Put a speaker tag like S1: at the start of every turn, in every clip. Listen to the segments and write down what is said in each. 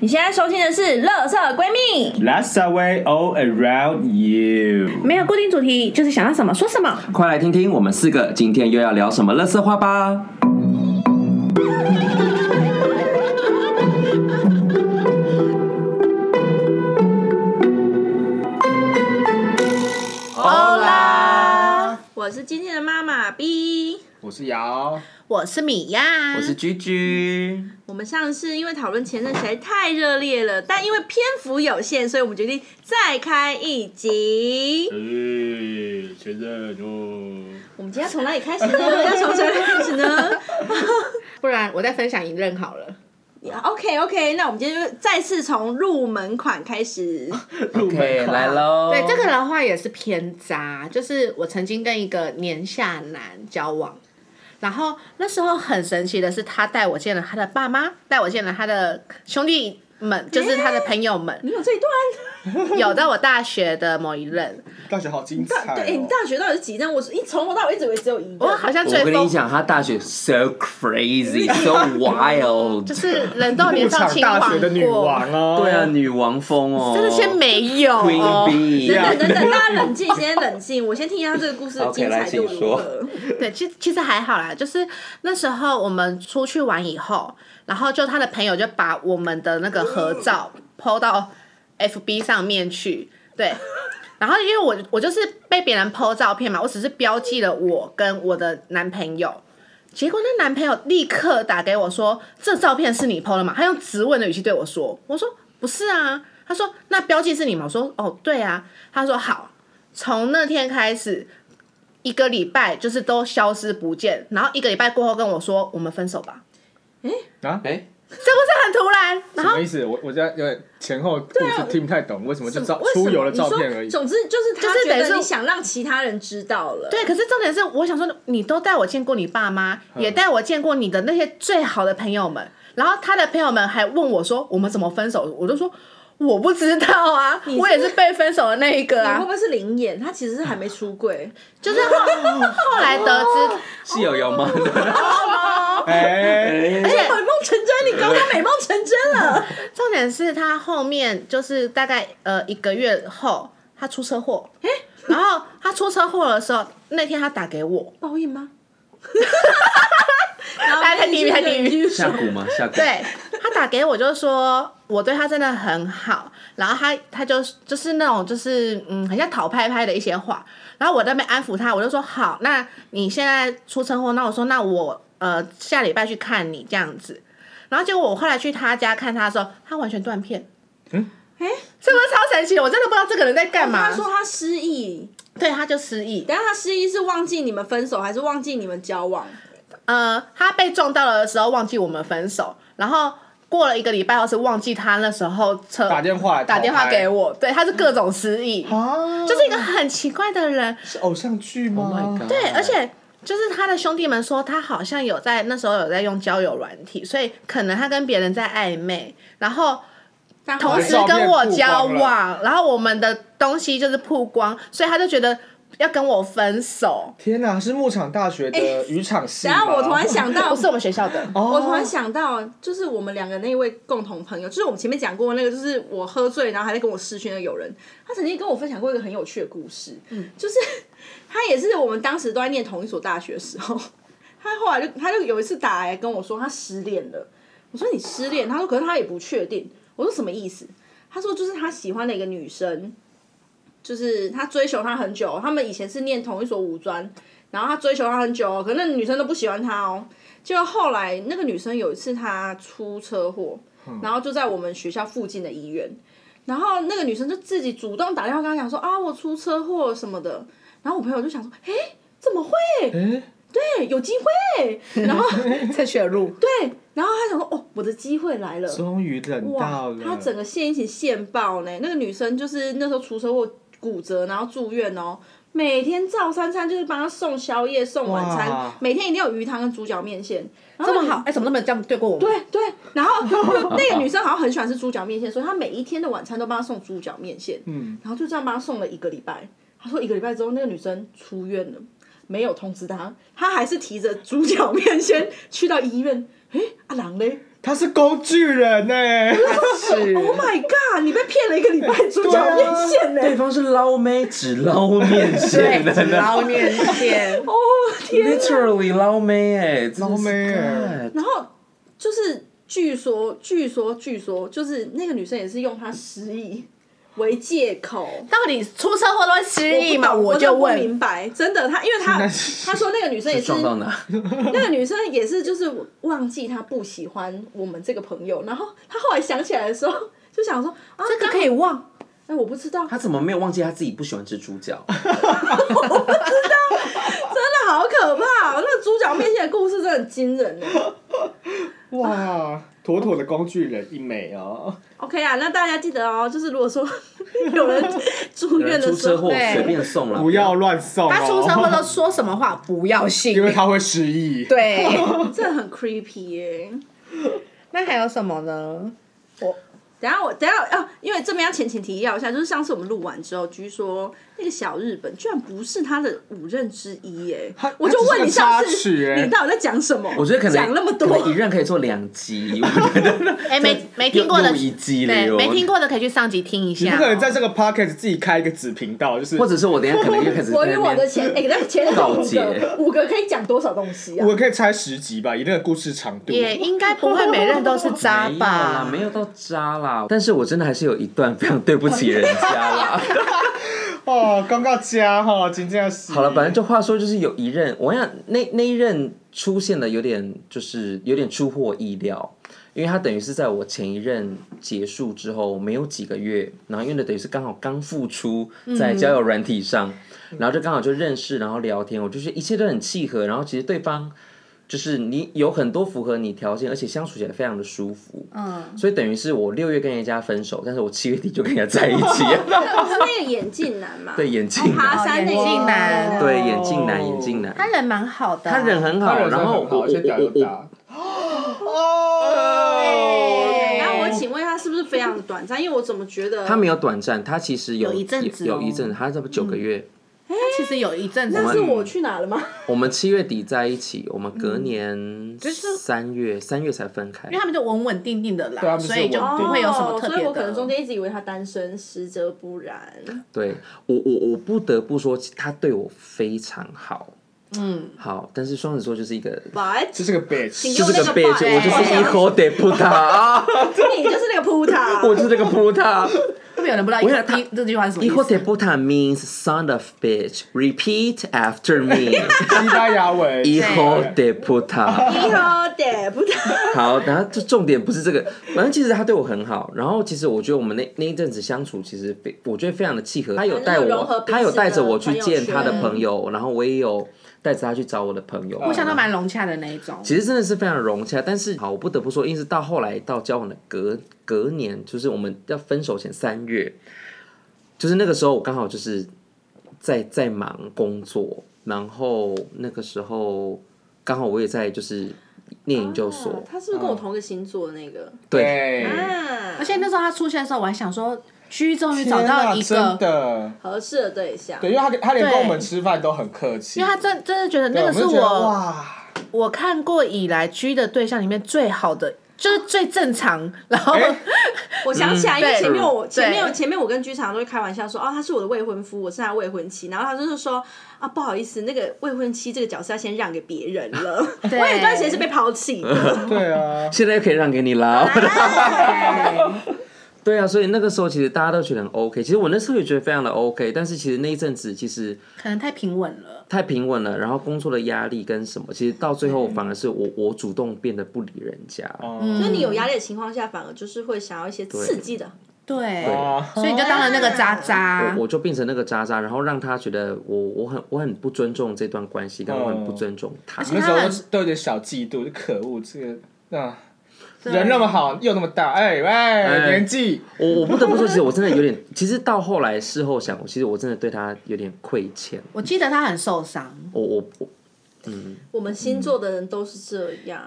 S1: 你现在收听的是《乐色闺蜜》，
S2: Let's away all around you。
S1: 没有固定主题，就是想要什么说什么。
S3: 快来听听我们四个今天又要聊什么乐色话吧！
S1: 欧啦，我是今天的妈妈 B，
S2: 我是瑶，
S1: 我是米娅，
S3: 我是居居，
S1: 我们上次因为讨论前任实在太热烈了，但因为篇幅有限，所以我们决定再开一集。
S2: 哎，前任哦，
S1: 我们今天要从哪里开始呢？ 要从谁开始呢
S4: 不然我再分享一任好了。
S1: ？OK OK，那我们今天就再次从入门款开始。
S3: OK，来喽。
S4: 对这个的话也是偏渣，就是我曾经跟一个年下男交往，然后那时候很神奇的是，他带我见了他的爸妈，带我见了他的兄弟们，就是他的朋友们。
S1: 你有这一段？
S4: 有在我大学的某一任，
S2: 大学好精彩、哦。
S1: 对，欸你大学到底是几任？我是一从头到尾一直以为只有一
S4: 哎我
S1: 个。
S4: 好像最
S3: 我跟
S4: 疯
S3: 你，讲，他大学 so crazy, so wild，
S4: 就是人到年少
S2: 场
S4: 轻
S2: 大学
S4: 狂
S2: 的女
S4: 过，
S2: 王哦，
S3: 对啊，，女王风哦，
S4: 真的先没有
S3: Queen
S4: 哦。
S3: B，
S2: 对啊
S1: 等等等，大家冷静，先冷静。我先听一下这个故事的
S3: OK，
S1: 精彩
S3: 来
S1: 度
S3: 请
S1: 如
S3: 说
S1: 何。
S4: 对，其其实还好啦，就是那时候我们出去玩以后，然后就他的朋友就把我们的那个合照 PO 到 FB 上面去，对。 然后因为我我就是被别人 PO 照片嘛，我只是标记了我跟我的男朋友。结果那男朋友立刻打给我说：“这照片是你 PO 的吗？”他用质问的语气对我说：“我说不是啊。”他说：“那标记是你吗？”我说：“哦，对啊。”他说：“好，从那天开始，一个礼拜就是都消失不见，然后一个礼拜过后跟我说我们分手吧，
S2: 啊，
S3: 哎，
S4: 是不是很突然？
S2: 什
S4: 然后
S2: 么意思？我我在有点前后故事听不太懂，为什么就照
S1: 啊为什
S2: 出
S1: 么
S2: 游的
S1: 你
S2: 照
S1: 说
S2: 片而已？
S1: 总之就是他
S4: 就是
S1: 觉
S4: 等于
S1: 得
S4: 是
S1: 你想让其他人知道了。
S4: 对，可是重点是，我想说，你都带我见过你爸妈，也带我见过你的那些最好的朋友们，然后他的朋友们还问我说我们怎么分手，我就说我不知 道啊，
S1: 是
S4: 我也是被分手的那一个
S1: 你会
S4: 啊
S1: 不，会是灵眼？他其实是还没出柜，
S4: 就是后后来得知，
S3: 是有有吗？
S2: 哎，
S3: 哎
S4: 而且
S1: 美梦成真，你刚刚美梦成真 了。
S4: 重点是他后面就是大概呃一个月后，他出车祸，然后他出车祸的时候，那天他打给我，
S1: 报应吗？ 然后
S4: 来来你来你
S1: 继续
S3: 下
S1: 说
S3: 蛊吗？下蛊。
S4: 对他打给我就说我对他真的很好，然后他他就就是那种就是嗯，很像讨拍拍的一些话，然后我在那边安抚他，我就说好，那你现在出车祸，那我说那我呃下礼拜去看你这样子，然后结果我后来去他家看他的时候，他完全断片，
S2: 嗯，
S1: 哎
S4: 是不是超神奇的？我真的不知道这个人在干嘛。
S1: 他说他失忆，
S4: 对，他就失忆，
S1: 等一下他失忆是忘记你们分手，还是忘记你们交往？
S4: 呃，他被撞到了的时候忘记我们分手，然后过了一个礼拜后是忘记他那时候车
S2: 打电话来
S4: 打电
S2: 讨
S4: 话
S2: 拍
S4: 给我，对，他是各种失忆，
S1: 嗯
S2: 啊，
S4: 就是一个很奇怪的人，
S2: 是偶像剧
S3: Oh
S2: 吗
S3: my god！
S4: 对，而且。就是他的兄弟们说，他好像有在那时候有在用交友软体，所以可能他跟别人在暧昧，然后
S1: 但后
S4: 同
S1: 来
S4: 时跟我交往，然后我们的东西就是曝光，所以他就觉得要跟我分手。
S2: 天哪，是牧场大学的渔场系
S1: 哎等一
S2: 吗。
S1: 下我突然想到
S4: 不，是我们学校的，
S2: 哦，
S1: 我突然想到，就是我们两个那一位共同朋友，就是我们前面讲过那个，就是我喝醉然后还在跟我视讯的友人，他曾经跟我分享过一个很有趣的故事，就是 他也是我们当时都在念同一所大学的时候，他后来就他就有一次打来跟我说他失恋了，我说你失恋，他说可是他也不确定，我说什么意思？他说就是他喜欢的一个女生，就是他追求她很久，他们以前是念同一所五专，然后他追求她很久，哦可是那女生都不喜欢他哦。就后来那个女生有一次她出车祸，
S4: 嗯
S1: 然后就在我们学校附近的医院，然后那个女生就自己主动打电话跟他讲说啊我出车祸什么的，然后我朋友就想说诶，怎么会？
S2: 哎，
S1: 对，有机会。然后
S4: 在雪路，
S1: 对，然后他想说哦我的机会来了，
S2: 终于等到
S1: 哇
S2: 了，，
S1: 他整个县一起线爆呢。那个女生就是那时候出车祸骨折，然后住院哦。每天照三餐，就是帮她送宵夜、送晚餐
S2: 哇，
S1: 每天一定有鱼汤跟猪脚面线。然
S4: 这
S1: 后
S4: 么
S1: 女
S4: 好，哎、怎么那么这样对过我 们？
S1: 对对，然后 那个女生好像很喜欢吃猪脚面线，所以她每一天的晚餐都帮她送猪脚面线，
S2: 嗯，
S1: 然后就这样帮她送了一个礼拜。她说一个礼拜之后，那个女生出院了，没啊有通知她，她还是提着猪脚面线去到医院。诶，阿郎嘞，
S2: 他是工具人呢、
S3: 是
S1: Oh my god！你被骗了一个礼拜，主角
S2: 啊
S1: 变现呢、
S3: 对方是捞妹，只捞面线的
S4: 对，
S3: 呢
S4: 捞面线，
S1: 哦天！
S3: ，literally 捞妹哎，真
S2: 捞
S3: 的是
S2: 妹哎
S3: God
S1: 然后就是据说，据说，据说，就是那个女生也是用她失忆为借口。
S4: 到底出车祸都会失忆嘛？
S1: 我不懂我
S4: 就
S1: 不
S4: 问，
S1: 明白，真的，她因为她
S2: 那
S1: 她说那个女生也
S3: 是
S1: 是
S3: 撞到哪？
S1: 那个女生也是，就是忘记她不喜欢我们这个朋友，然后她后来想起来的时候，就想说啊，
S4: 这个可以忘，
S1: 哎，我不知道，
S3: 他怎么没有忘记他自己不喜欢吃猪脚？
S1: 真的好可怕、哦！那个猪脚面线的故事真的很惊人呢。
S2: 哇，妥妥的工具人一枚哦。
S1: OK 啊，那大家记得哦，就是如果说 有人
S3: 有
S1: 住院
S3: 人
S1: 的
S3: 出
S1: 时
S3: 车
S1: 候
S3: 祸，，
S4: 对
S3: 随便送了，
S2: 不要乱送、哦。
S4: 他出车祸都说什么话不要信
S2: 因？为他会失忆。，
S1: 啊
S4: 对，
S1: 这很 creepy 耶、
S4: 那还有什么呢？
S1: 等一下我等一下哦，因为这边要前情提要一下，就是上次我们录完之后，据说那个小日本居然不是他的五任之一耶
S2: 他，
S1: 我就问你上
S2: 他只是个插曲
S1: 次
S2: 耶
S1: 你到底在讲什么？
S3: 我觉得可能
S1: 讲那么多
S3: 可，能一任可以做两集，我觉得
S4: 哎，没没听过的，
S3: 又一集
S4: 对，
S3: 了，
S4: 没听过的可以去上集听一
S2: 你
S4: 下
S2: 不
S4: 哦。
S2: 可能在这个 podcast 自己开一个子频道，就是
S3: 或者是我等一下可能又开始在
S1: 我
S3: 那
S1: 与我的
S3: 边
S1: 前哎，那前任
S3: 告
S1: 五
S3: 诫
S1: 个，五个可以讲多少东西啊
S2: 我？可以拆十集吧，以那个故事长度。
S4: 也应该不会每任都是渣
S3: 没有啦，
S4: 吧？
S3: 没有到渣啦，但是我真的还是有一段非常对不起人家啦。
S2: 哦，刚到家哈，今天要洗
S3: 好了，反正就话说，就是有一任，我想那那一任出现的有点就是有点出乎我意料，因为他等于是在我前一任结束之后没有几个月，然后因为等于是刚好刚复出在交友软体上，嗯然后就刚好就认识，然后聊天，我就是一切都很契合，然后其实对方。就是你有很多符合你条件，而且相处起来非常的舒服，
S4: 嗯，
S3: 所以等于是我六月跟人家分手，但是我七月底就跟人家在一起，
S1: 不哦是那个眼镜男嘛？
S3: 对眼镜男
S1: 爬山那个
S4: 哦眼镜男
S3: 对眼镜男，眼镜男，
S4: 他人蛮好的，啊
S3: 他人很
S2: 哦他
S3: 好，
S2: 人真的
S3: 然
S2: 很
S3: 后
S2: 好
S3: 我
S2: 而且打就
S3: 我
S2: 打。哦，
S1: 然后我请问他是不是非常短暂？因为我怎么觉得
S3: 他没有短暂，他其实有
S4: 有一阵子哦嗯
S3: 有一阵子，他差不多九个月。
S4: 其实有一阵子
S1: 那是
S3: 我们
S1: 我去哪了吗？
S3: 我们七月底在一起，我们隔年
S4: 嗯就是
S3: 三月三月才分开
S4: 因为。他们就稳稳定定的
S2: 对他
S4: 啦，
S2: 们是
S4: 所以就
S2: 稳
S4: 不
S2: 定
S4: 会有什么特
S1: 哦所
S4: 别
S1: 以我可能中
S4: 的。
S1: 间一直以为他单身，实则不然。
S3: 对我我我不得不说，他对我非常好，
S4: 嗯，
S3: 好，但是双子座就是一个。
S1: But
S2: 这是个 bitch，
S1: 请
S3: 就
S1: 用
S3: 是
S1: 那
S3: 个
S1: 个
S3: bitch，
S1: 吧
S4: 哎
S3: 我就是一口得扑他啊，
S1: 你就是那个扑他，
S3: 我就是这个扑他。
S4: 会不会有人不知道
S3: 我想
S4: 一这句话是什么
S3: 一
S4: 意
S3: 口
S4: 思？
S3: 得扑他 means son of bitch. Repeat after me.
S2: 西班 牙文。
S3: 一口得扑他。
S1: 一喝得不 他。
S3: 好，然后就重点不是这个，反正其实他对我很好，然后其实我觉得我们那那一阵子相处，其实非我觉得非常的契合。他有带
S1: 啊反正有融合
S3: 我，
S1: 彼此的
S3: 他有带着我去见
S1: 朋友圈
S3: 他的朋友，然后我也有带着他去找我的朋友。
S4: 互相都蛮融洽的那一种。
S3: 其实真的是非常融洽，但是好，我不得不说，因为是到后来到交往的隔隔年，就是我们要分手前三月，就是那个时候我刚好就是在在忙工作，然后那个时候刚好我也在就是念研究所，
S1: 啊他是不是跟我同一个星座的那个？
S3: 对。
S2: 对，
S1: 啊
S4: 而，且那时候他出现的时候，我还想说，居终于
S2: 天
S4: 找到
S2: 哪
S4: 一
S2: 真
S4: 个，
S2: 的，
S1: 合适的对象。
S2: 对，因为他他连跟
S4: 对
S2: 我们吃饭都很客气，
S4: 因为他真真的觉得
S2: 对啊
S4: 那个
S2: 们
S4: 是
S2: 就觉得
S4: 我
S2: 哇。
S4: 我看过以来居的对象里面最好的，就是最正常，然后
S2: 哎
S1: 我想起来，因为
S4: 嗯对
S1: 前面我
S4: 对
S1: 前面前面我跟居长都会开玩笑说，哦，他是我的未婚夫，我是他的未婚妻，然后他就是说，啊，不好意思，那个未婚妻这个角色要先让给别人了。我
S4: 对
S1: 有一段时间是被抛弃的，
S2: 对啊，
S3: 现在又可以让给你啦。
S4: 对
S3: 对啊，所以那个时候其实大家都觉得很 OK。其实我那时候也觉得非常的 OK，但是其实那一阵子其实
S4: 可能太平稳了。
S3: 太平稳了，然后工作的压力跟什么，其实到最后反而是我我主动变得不理人家。
S2: 嗯
S1: 就是你有压力的情况下，反而就是会想要一些刺激的。
S4: 对，
S2: 啊，
S4: 所以你就当了那个渣渣。
S3: 我我就变成那个渣渣，然后让他觉得我我很我很不尊重这段关系，但我很不尊重他。
S2: 那时
S4: 他
S2: 候
S4: 很
S2: 都有点小嫉妒，就可恶这个啊。人那么好，又那么大，哎喂，年纪
S3: 我我不得不说，其实我真的有点，其实到后来事后想，我其实我真的对他有点亏欠。
S4: 我记得他很受伤，
S3: 我我我
S1: 我们星座的人都是这样，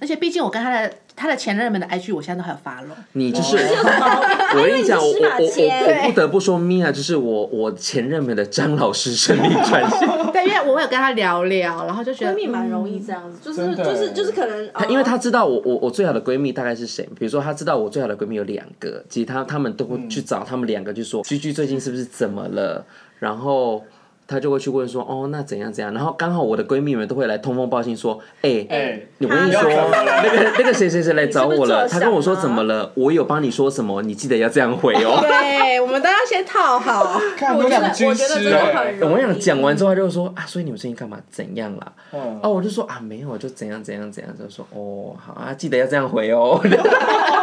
S4: 而且毕竟我跟他的他的前任们的 IG，我现在都还有发 了。
S3: 你就是
S1: 有什么？
S3: 我跟你讲，我
S1: 因为
S3: 我
S1: 你是司
S3: 我
S1: 马迁
S3: 我不得不说，Mia 就是我我前任们的张老师生命传 信，
S4: 对，因为我有跟他聊聊，然后就觉得
S1: 闺蜜蛮容易这样子，就是
S2: 真的
S1: 就是就是可能，哦
S3: 因为她知道我我我最好的闺蜜大概是谁，比如说她知道我最好的闺蜜有两个，其实她她们都会去找她们两个去说，居居最近是不是怎么了，然后。她就会去问说，哦，那怎样怎样？然后刚好我的闺蜜们都会来通风报信说，哎、
S2: 哎，
S3: 我跟你
S2: 不要
S3: 说，
S2: 可能了
S3: 那个那个谁谁谁来找我了，
S1: 你是不是坐
S3: 他跟我说
S1: 上
S3: 怎么了，我有帮你说什么，你记得要这样回哦。
S4: 对，我们都要先套好。
S2: 看
S1: 我
S2: 都
S1: 觉得
S2: 两
S1: 我
S2: 军
S1: 觉得
S2: 师
S1: 真的
S2: 哎
S1: 很，
S3: 我
S1: 容
S3: 跟
S1: 易
S3: 你。讲，讲完之后他就说啊，所以你们最近干嘛？怎样啦？
S2: 嗯
S3: 啊，我就说啊，没有，就怎样怎样怎样，就说哦，好啊，记得要这样回哦。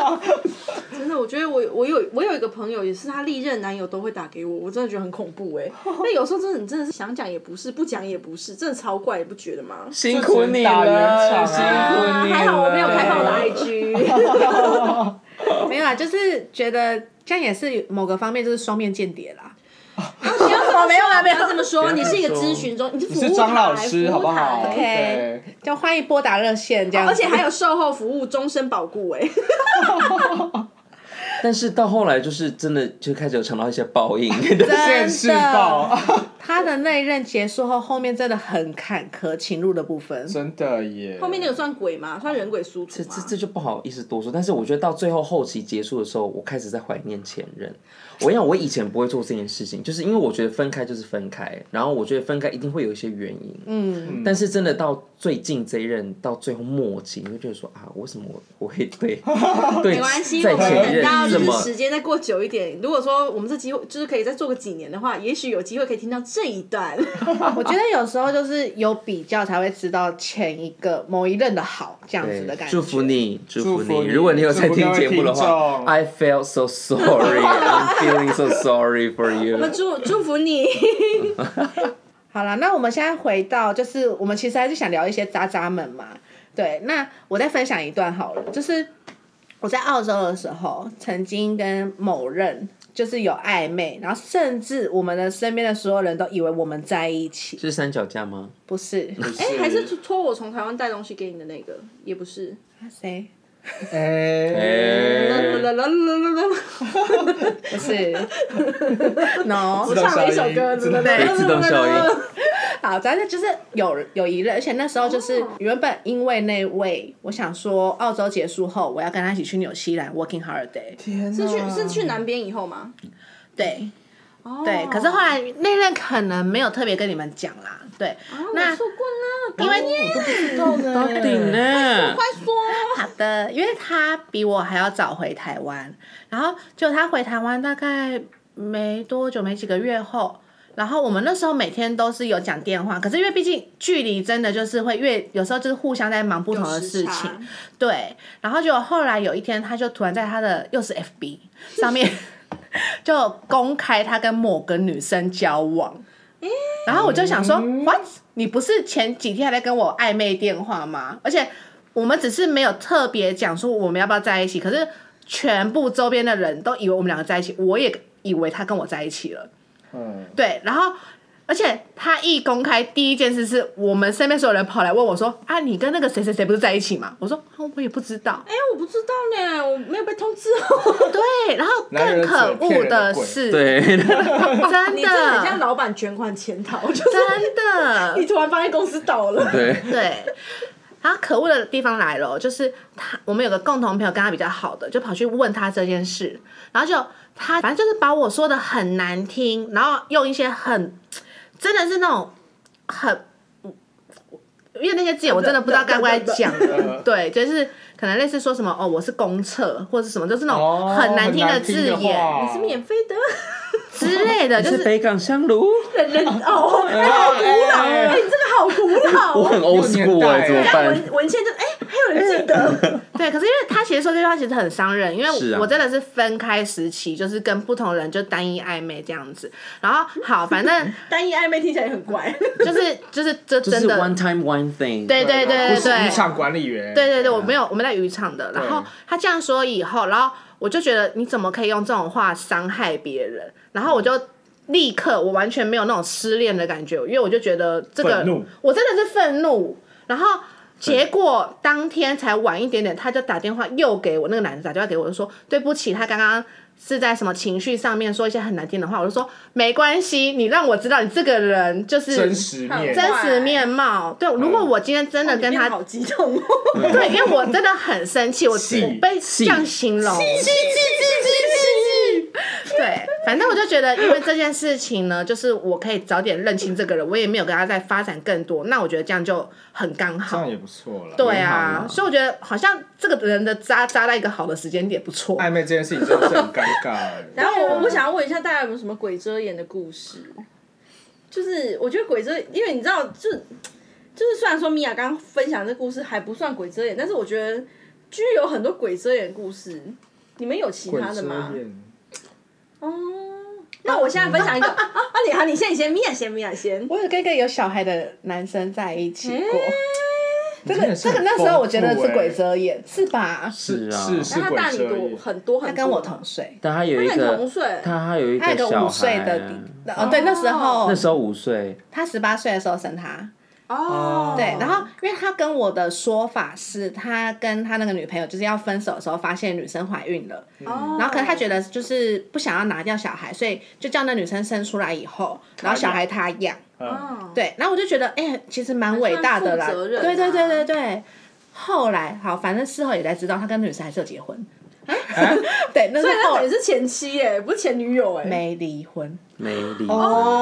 S1: 真的，我觉得我我有我有一个朋友，也是她历任男友都会打给我，我真的觉得很恐怖 哎、那有时候真的你真的是想讲也不是，不讲也不是，真的超怪，你不觉得 吗？
S3: 辛苦你
S2: 打圆
S3: 了，
S2: 场啊
S3: 辛苦你了。
S1: 还好我没有开放我的 IG，
S4: 没有啊，就是觉得这样也是某个方面就是双面间谍啦。
S1: 你要怎么没有啊？不要这么说，
S3: 不
S1: 你
S3: 要这么说
S1: 是一个咨询中，你是
S2: 你
S1: 服务
S2: 是
S1: 台
S2: 张老师
S1: 服务
S2: 好不好
S1: 台
S2: 对
S4: ，OK，就欢迎拨打热线这样。
S1: 哦而且还有售后服务，终身保固哎、
S3: 但是到后来就是真的就开始有尝到一些报应。
S2: 现世
S4: 真的
S2: 报，
S4: 他的那一任结束后，后面真的很坎坷，情路的部分。
S2: 真的耶。
S1: 后面那个算鬼吗？算人鬼殊途
S3: 这
S1: 吗
S3: 这？这就不好意思多说，但是我觉得到最后后期结束的时候，我开始在怀念前任。我要我以前不会做这件事情，就是因为我觉得分开就是分开，然后我觉得分开一定会有一些原因。
S4: 嗯，
S3: 但是真的到最近这一任到最后末期，你会觉得说啊，为什么我我会 对对
S1: 没关系，
S3: 在
S1: 我们
S3: 前
S1: 等
S3: 任
S1: 到
S3: 这
S1: 就
S3: 么
S1: 是时间再过久一点，如果说我们这机会就是可以再做个几年的话，也许有机会可以听到这一段。
S4: 我觉得有时候就是有比较才会知道前一个某一任的好这样子
S3: 对
S4: 的感觉。
S3: 祝福你，祝福
S2: 祝福你
S3: 如果你有在听节目的
S2: 祝
S3: 话
S2: 福各位听众
S3: ，I felt so sorry, I'm feeling so sorry for you
S1: 我。们祝祝福你，
S4: 好了，那我们现在回到，就是我们其实还是想聊一些渣渣们嘛。对，那我再分享一段好了，就是我在澳洲的时候，曾经跟某人就是有暧昧，然后甚至我们的身边的所有人都以为我们在一起，
S3: 是三脚架吗？
S4: 不是？
S1: 哎、还是托我从台湾带东西给你的那个，也不是。嗯
S4: 谁？
S2: 哎，
S1: 啦啦啦啦啦啦啦
S4: 不是 ？No，
S1: 我唱了一首歌，
S2: 自动效应
S3: 对，自动效应。
S4: 好，反正就是有有一任，而且那时候就是原本因为那位，我想说澳洲结束后，我要跟他一起去纽西兰 working holiday。
S2: 天
S1: 是去
S2: 哪
S1: 是去南边以后吗？
S4: 对
S1: 哦
S4: 对，可是后来那任可能没有特别跟你们讲啦。对，
S1: 哦
S4: 那
S1: 我说过啦，
S4: 因为
S3: 到顶呢？
S1: 快说，
S4: 好的，因为他比我还要早回台湾，然后就他回台湾大概没多久，没几个月后。然后我们那时候每天都是有讲电话，可是因为毕竟距离真的就是会越有时候就是互相在忙不同的事情，对，然后就后来有一天，他就突然在他的又是 FB 上面 就公开他跟某个女生交往，然后我就想说，what？你
S2: 嗯
S4: 不是前几天还在跟我暧昧电话吗？而且我们只是没有特别讲说我们要不要在一起，可是全部周边的人都以为我们两个在一起，我也以为他跟我在一起了。
S2: 嗯，
S4: 对，然后而且他一公开第一件事是我们身边所有人跑来问我说：“啊，你跟那个谁谁谁不是在一起吗？”我说：“啊我也不知道。
S1: 哎，我不知道呢，我没有被通知哦。，
S4: 对然后
S2: 男
S4: 更
S2: 人的
S4: 可
S2: 嘴骗
S4: 恶的
S2: 人的鬼
S4: 是，
S3: 对，
S4: 真
S1: 你真的很像
S4: 的，
S1: 老板卷款潜逃，就是
S4: 真的
S1: 你，突然发现公司倒了。
S3: 对，
S4: 对。然后可恶的地方来了哦，就是他，我们有个共同朋友跟他比较好的，就跑去问他这件事，然后就他反正就是把我说的很难听，然后用一些很真的是那种很，因为那些字眼我真的不知道该不该讲，
S2: 呃
S4: 对，就是可能类似说什么哦，我是公厕或者是什么，就是那种
S2: 哦
S4: 很难听
S2: 很
S4: 的
S2: 难
S4: 字
S2: 听的
S4: 眼
S2: 话
S1: 你是免费的，
S4: 之类的，就是
S3: 北港香炉，
S1: 人人哦，哎，好古老，哎，你这个好古老
S3: 我很
S1: 哦。
S3: old school 哎、
S2: 有
S3: 怎么
S2: 年
S1: 人家
S3: 办？
S1: 文文献就哎，还有人记得，
S4: 对，可是因为他其实说这句话其实很伤人，因为
S3: 是啊
S4: 我真的是分开时期，就是跟不同人就单一暧昧这样子。然后好，反正
S1: 单一暧昧听起来也很怪。
S4: 就是就是这
S3: 就是
S4: 真的，
S3: one time one thing。
S4: 对对对
S2: 不
S4: 对
S2: 是
S4: 对
S2: 渔，场管理员，
S4: 对对对，我没有我们在渔场的。然后
S2: 嗯对
S4: 他这样说以后，然后我就觉得你怎么可以用这种话伤害别人？然后我就立刻，我完全没有那种失恋的感觉，因为我就觉得这个
S2: 愤怒，
S4: 我真的是愤怒。然后结果当天才晚一点点，他就打电话又给我那个男的打电话给我，就说对不起，他刚刚是在什么情绪上面说一些很难听的话，我就说没关系，你让我知道你这个人就是
S2: 真实面，
S4: 真实面貌。对，如果我今天真的跟他
S1: 好激动哦，
S4: 对，因为我真的很生气，我
S2: 气
S4: 我被这样形容。 对，反正我就觉得，因为这件事情呢，就是我可以早点认清这个人，我也没有跟他再发展更多，那我觉得这样就很刚
S2: 这样
S4: 好。
S2: 也不错了。
S4: 对
S3: 也好
S4: 啊
S3: 啦，
S4: 所以我觉得好像这个人的渣渣在一个好的时间点不错。
S2: 暧昧这件事情真的是很尴尬欸。
S1: 然后
S4: 啊
S1: 我我想要问一下，大家有没有什么鬼遮眼的故事？就是我觉得鬼遮，因为你知道，就就是虽然说米娅刚刚分享这故事还不算鬼遮眼，但是我觉得居然有很多鬼遮眼故事。你们有其
S2: 鬼
S1: 他的吗
S2: 遮？眼，
S1: 哦，那我现在分享一 个啊啊！你好，你先，你先，米娅先，米娅先。
S4: 我有跟一个有小孩的男生在一起
S1: 哎
S4: 过，这
S2: 嗯真
S4: 个
S2: 的是
S4: 这个
S2: 很
S4: 那时候我觉得
S2: 丰富
S4: 是
S2: 欸
S4: 鬼遮眼，是吧？
S2: 是
S3: 是啊
S2: 是是
S1: 然后他大
S2: 鬼
S1: 你
S2: 遮眼
S1: 多，很多，
S4: 他
S1: 很
S4: 跟
S1: 多
S4: 我同岁，
S3: 但他有一
S1: 他跟你同
S3: 个，
S1: 岁，
S3: 他还有一
S4: 他有个
S3: 小
S4: 五岁
S3: 孩
S4: 的
S3: 啊，
S4: 弟，哦，对，那时候
S3: 那时候五岁，
S4: 他十八岁的时候生他，
S1: 哦，
S4: 对，然后因为他跟我的说法是，他跟他那个女朋友就是要分手的时候，发现女生怀孕了，
S1: 哦，
S4: 然后可能他觉得就是不想要拿掉小孩，所以就叫那女生生出来以后，然后小孩他养，
S2: 嗯，
S1: 哦，
S4: 对，然后我就觉得，哎、其实蛮伟大的啦，
S1: 还算负责任啊
S4: 对对对对对。后来好，反正事后也才知道，他跟女生还是有结婚， 对，啊那
S1: 所以
S4: 是
S1: 他
S4: 后
S1: 等于是前妻耶，不是前女友哎。
S4: 没离婚，
S3: 没离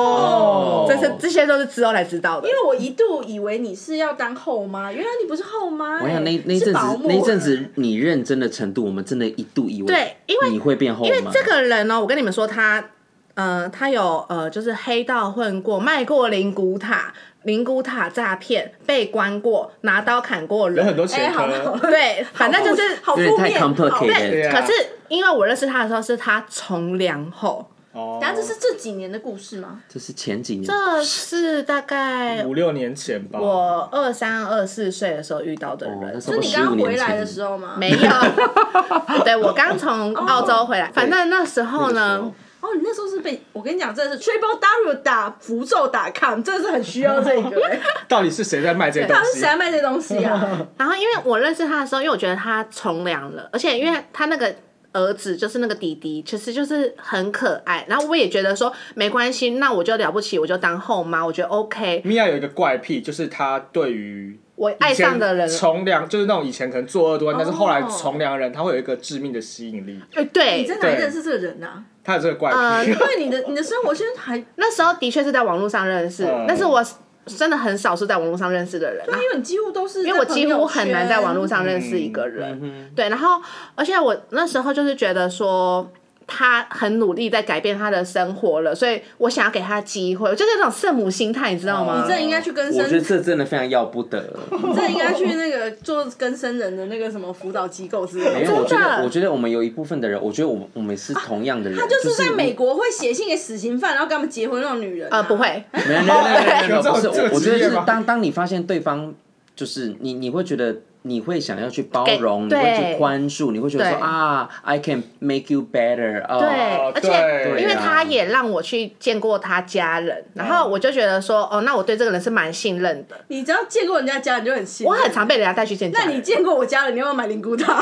S2: 哦
S4: 这是这些都是之后才知道的
S1: 因。为我一度以为你是要当后妈，原来你不是后妈、欸，
S3: 我想那那一
S1: 是
S3: 阵子
S1: 保姆
S3: 那一阵子你认真的程度，我们真的一度以为
S4: 对因为
S3: 你会变后
S4: 因为
S3: 妈，
S4: 这个人哦呢，我跟你们说，他呃，他有呃，就是黑道混过，卖过灵骨塔、灵骨塔诈骗，被关过，拿刀砍过
S2: 有很
S4: 人。
S2: 多
S1: 哎、
S2: 前
S1: 好了，好
S2: 科，
S1: 了
S4: 对，反正就是
S1: 好
S3: 有
S1: 负
S3: 点太
S1: 面，好
S4: 对
S3: complicated
S2: 对啊
S4: 可是因为我认识他的时候，是他从良后，
S2: 哦
S1: 然后这是这几年的故事吗？
S3: 这是前几年，
S4: 这是大概
S2: 五六年前吧。
S4: 我二三二四岁的时候遇到的
S3: 哦
S4: 人
S3: 那。时
S1: 就
S3: 候
S1: 你刚
S3: 15
S1: 刚
S3: 年
S1: 回来
S3: 前
S1: 的时候吗？
S4: 没有，对我刚从澳 洲回来，反正那时候
S3: 哦那
S4: 呢
S3: 个时，候
S1: 哦，你那时候是被我跟你讲，真的是 triple w 打符咒打 com，真的是很需要这个、欸。
S2: 到底是谁在卖这些东
S1: 他是
S2: 西
S1: 谁？在卖这东西啊？
S4: 然后因为我认识他的时候，因为我觉得他从良了，而且因
S2: 嗯
S4: 为他那个儿子就是那个弟弟，其实就是很可爱。然后我也觉得说没关系，那我就了不起，我就当后妈，我觉得 OK。
S2: 米娅有一个怪癖，就是她对于
S4: 我爱上的人
S2: 以前，从良，就是那种以前可能作恶多端，但是后来从良的人，他会有一个致命的吸引力，
S1: 欸
S4: 呃，
S1: 你
S4: 对
S1: 在，哪里
S2: 对
S1: 认识这个人啊？
S2: 他有这个怪癖。
S1: 因为你的你的生活圈还，因
S4: 那时候的确是在网络上认识，
S2: 嗯
S4: 但是我真的很少是在网络上认识的人。然后
S1: 啊为你几乎都是，
S4: 因为我几乎很难在网络。上认识一个
S3: 嗯
S4: 人，对，然后而且我那时候就是觉得说他很努力在改变他的生活了，所以我想要给他机会，就是那种圣母心态，你知道吗？
S1: 你这应该去跟
S3: 我
S1: 生
S3: 觉得这真的非常要不得。
S1: 这应该去那个做跟生人的那个什么辅导机构之类
S3: 没
S1: 的。
S3: 有，我觉
S4: 真的啊
S3: 得我觉得我们有一部分的人，我觉得我们我们是同样的人，
S1: 他就是在美
S3: 国。
S1: 国会写信给死刑犯，然后跟他们结婚那种女
S3: 哦
S1: 人、啊。
S4: 呃，不，会，
S3: 没有没有没 有没有，不是我
S2: 有这种，
S3: 我觉得就
S2: 职业
S3: 是
S2: 吗
S3: 当当你发现对方就是你，你会觉得你会想要去包容，你
S4: 给
S3: 会
S4: 对
S3: 去宽恕，你会觉得说
S4: 对
S3: 啊，I can make you better，哦，
S4: 对，而且
S2: 对
S4: 因为
S3: 啊
S4: 他也让我去见过他家人，然
S3: 嗯
S4: 后我就觉得说，哦，那我对这个人是蛮信任的，
S1: 你只要见过人家家，你就很信
S4: 我
S1: 任。
S4: 很常被人家带去见家
S1: 那
S4: 人。
S1: 你见过我家人，你要不要买灵骨塔？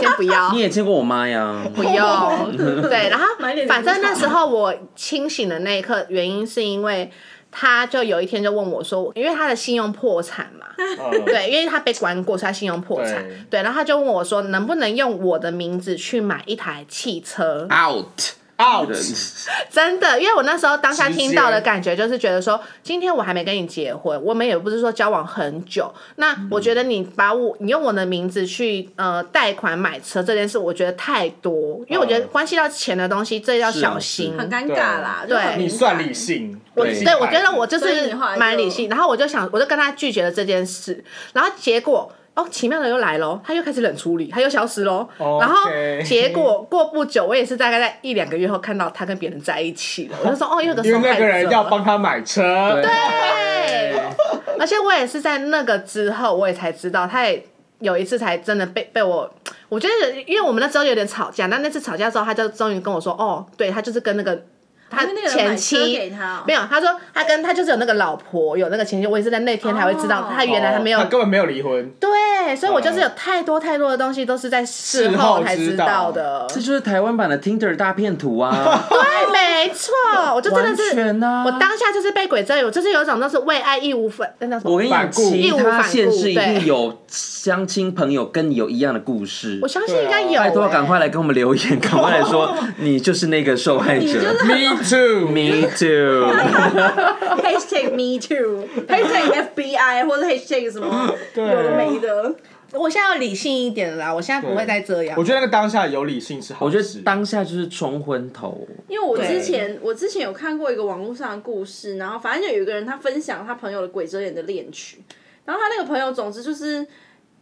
S4: 先不要
S3: 你。也见过我妈呀，
S4: 不用，对，然后
S1: 买点
S4: 反正那
S1: 零食
S4: 时候我清醒的那一刻，原因是因为他就有一天就问我说，因为他的信用破产 嘛，
S1: 呃
S2: 嗯，
S4: 对，因为他被关过，所以他信用破产
S2: 对，
S4: 对，然后他就问我说，能不能用我的名字去买一台汽车？
S3: ，out。
S2: ，out，
S4: 真的，因为我那时候当下
S2: 直接
S4: 听到的感觉就是觉得说，今天我还没跟你结婚，我们也不是说交往很久，那我觉得你把我，你用我的名字去呃贷款买车这件事，我觉得太多，因为我觉得
S2: 嗯
S4: 关系到钱的东西，这要
S3: 是啊
S4: 小心。
S1: 很尴尬啦，就很
S4: 对
S2: 你算理性，我
S3: 对
S4: 对，我觉得我就
S1: 所以
S4: 是
S1: 你后来就
S4: 蛮理性，然后我就想，我就跟他拒绝了这件事，然后结果。哦，奇妙的又来喽，他又开始冷处理，他又消失喽。然后
S2: OK
S4: 结果过不久，我也是大概在一两个月后看到他跟别人在一起了，我就说哦，又有个
S2: 因为
S4: 受害
S2: 那
S4: 者。
S2: 个人要帮他买车，
S4: 对，而且我也是在那个之后，我也才知道，他也有一次才真的被被我，我觉得因为我们那时候有点吵架，那那次吵架之后，他就终于跟我说，哦，对他就是跟那个他
S1: 因为那个人
S4: 前
S1: 买车
S4: 妻
S1: 给他哦
S4: 没有，他说他跟他就是有那个老婆，有那个前妻，我也是在那天才会知道
S1: 哦
S4: 他原来他没有
S2: 他根本没有离 婚，
S4: 对，所以我就是有
S2: 哦
S4: 太多太多的东西都是在事
S2: 事
S4: 后
S2: 后
S4: 才
S2: 知
S4: 知
S2: 道
S4: 道的。
S3: 这就是台湾版的 Tinder 大片图 啊！
S4: 对，没错，我就真的
S3: 完全
S4: 是，
S3: 啊
S4: 我当下就是被鬼追，我就是有一种那是为爱义无反，那叫什么
S3: 我跟你讲，
S2: 反顾
S3: 其
S4: 义无反
S3: 他
S4: 顾
S3: 县市一定
S4: 对
S3: 有相亲朋友跟你有一样的故事
S4: 我。相信应该有、
S2: 对啊
S4: 欸，
S3: 拜托，赶快来跟我们留言，赶快来说你就是那个受害
S1: 你就
S3: 者。
S1: 是
S2: Me too，
S3: Me too，
S1: hashtag me too，hashtag FBI 或者 hashtag 什么有
S2: 对啊
S1: 的没的，
S4: 我现在要理性一点了啦，我现在不会再这样。
S2: 我觉得那个当下有理性是好
S3: 我
S2: 事，
S3: 觉得当下就是冲昏头，
S1: 因为我之前我之前有看过一个网络上的故事，然后反正就有一个人他分享他朋友的鬼遮眼的恋曲，然后他那个朋友总之就是